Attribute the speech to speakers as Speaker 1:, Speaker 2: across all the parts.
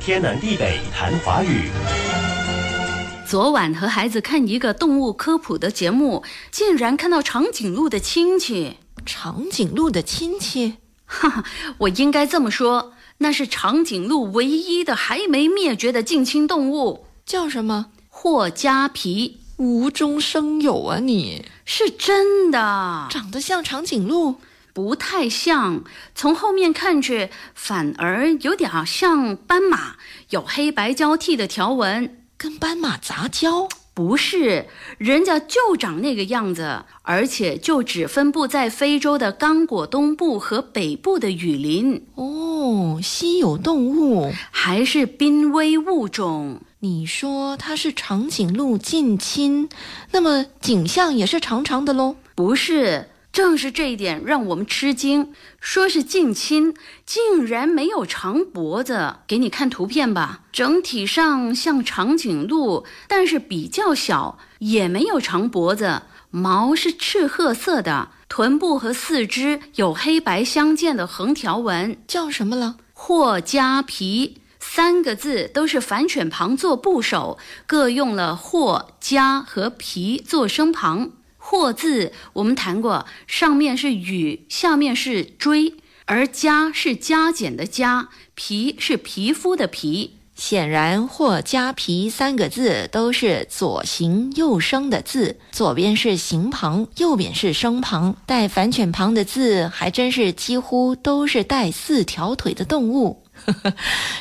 Speaker 1: 天南地北谈华语。
Speaker 2: 昨晚和孩子看一个动物科普的节目，竟然看到长颈鹿的亲戚。
Speaker 3: 长颈鹿的亲戚，
Speaker 2: 哈哈，我应该这么说，那是长颈鹿唯一的还没灭绝的近亲动物
Speaker 3: 叫什么？
Speaker 2: ——霍加皮，
Speaker 3: 无中生有啊你！
Speaker 2: 是真的，
Speaker 3: 长得像长颈鹿，
Speaker 2: 不太像。从后面看去，反而有点儿像斑马，有黑白交替的条纹。
Speaker 3: 跟斑马杂交，
Speaker 2: 不是，人家就长那个样子，而且就只分布在非洲的刚果东部和北部的雨林，
Speaker 3: 哦，稀有动物。
Speaker 2: 还是濒危物种。
Speaker 3: 你说它是长颈鹿近亲，那么颈项也是长长的喽？
Speaker 2: 不是，正是这一点让我们吃惊。说是近亲，竟然没有长脖子。给你看图片吧，整体上像长颈鹿，但是比较小，也没有长脖子，毛是赤褐色的，臀部和四肢有黑白相间的横条纹。
Speaker 3: 叫什么了？
Speaker 2: 霍加皮三个字都是反犬旁做部首，各用了霍、加和皮做声旁。霍字我们谈过，上面是羽，下面是锥，而加是加减的加，皮是皮肤的皮。
Speaker 3: 显然，或加皮三个字都是左形右声的字，左边是形旁，右边是声旁。带反犬旁的字，还真是几乎都是带四条腿的动物。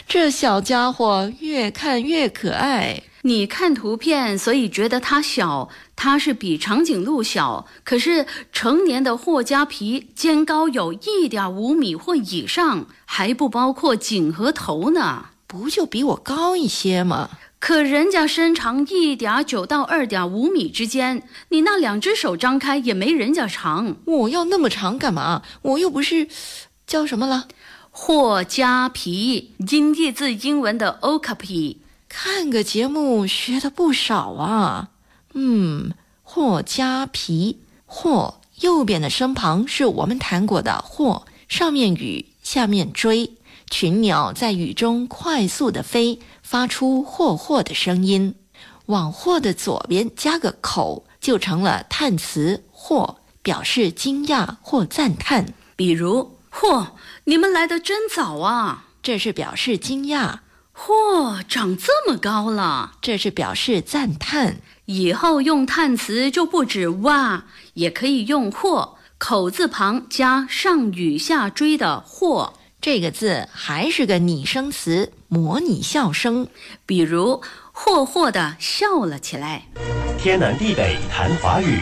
Speaker 3: 这小家伙越看越可爱。
Speaker 2: 你看图片，所以觉得它小，它是比长颈鹿小。可是成年的霍加皮肩高有一点五米或以上，还不包括颈和头呢。
Speaker 3: 不就比我高一些吗？
Speaker 2: 可人家身长一点九到二点五米之间，你那两只手张开也没人家长。
Speaker 3: 我要那么长干嘛？我又不是叫什么了？
Speaker 2: 霍加皮，音译自英文的 okapi，
Speaker 3: 看个节目学的不少啊。嗯，或加皮，或右边的身旁是我们谈过的或，上面羽，下面锥。群鸟在雨中快速地飞，发出霍霍的声音。往霍的左边加个口，就成了叹词或，表示惊讶或赞叹。
Speaker 2: 比如嚯，你们来的真早啊！
Speaker 3: 这是表示惊讶，
Speaker 2: 嚯，长这么高了！
Speaker 3: 这是表示赞叹。
Speaker 2: 以后用叹词就不止哇，也可以用或，口字旁加上与下追的或。
Speaker 3: 这个字还是个拟声词，模拟笑声。
Speaker 2: 比如，霍霍的笑了起来。
Speaker 1: 天南地北谈华语。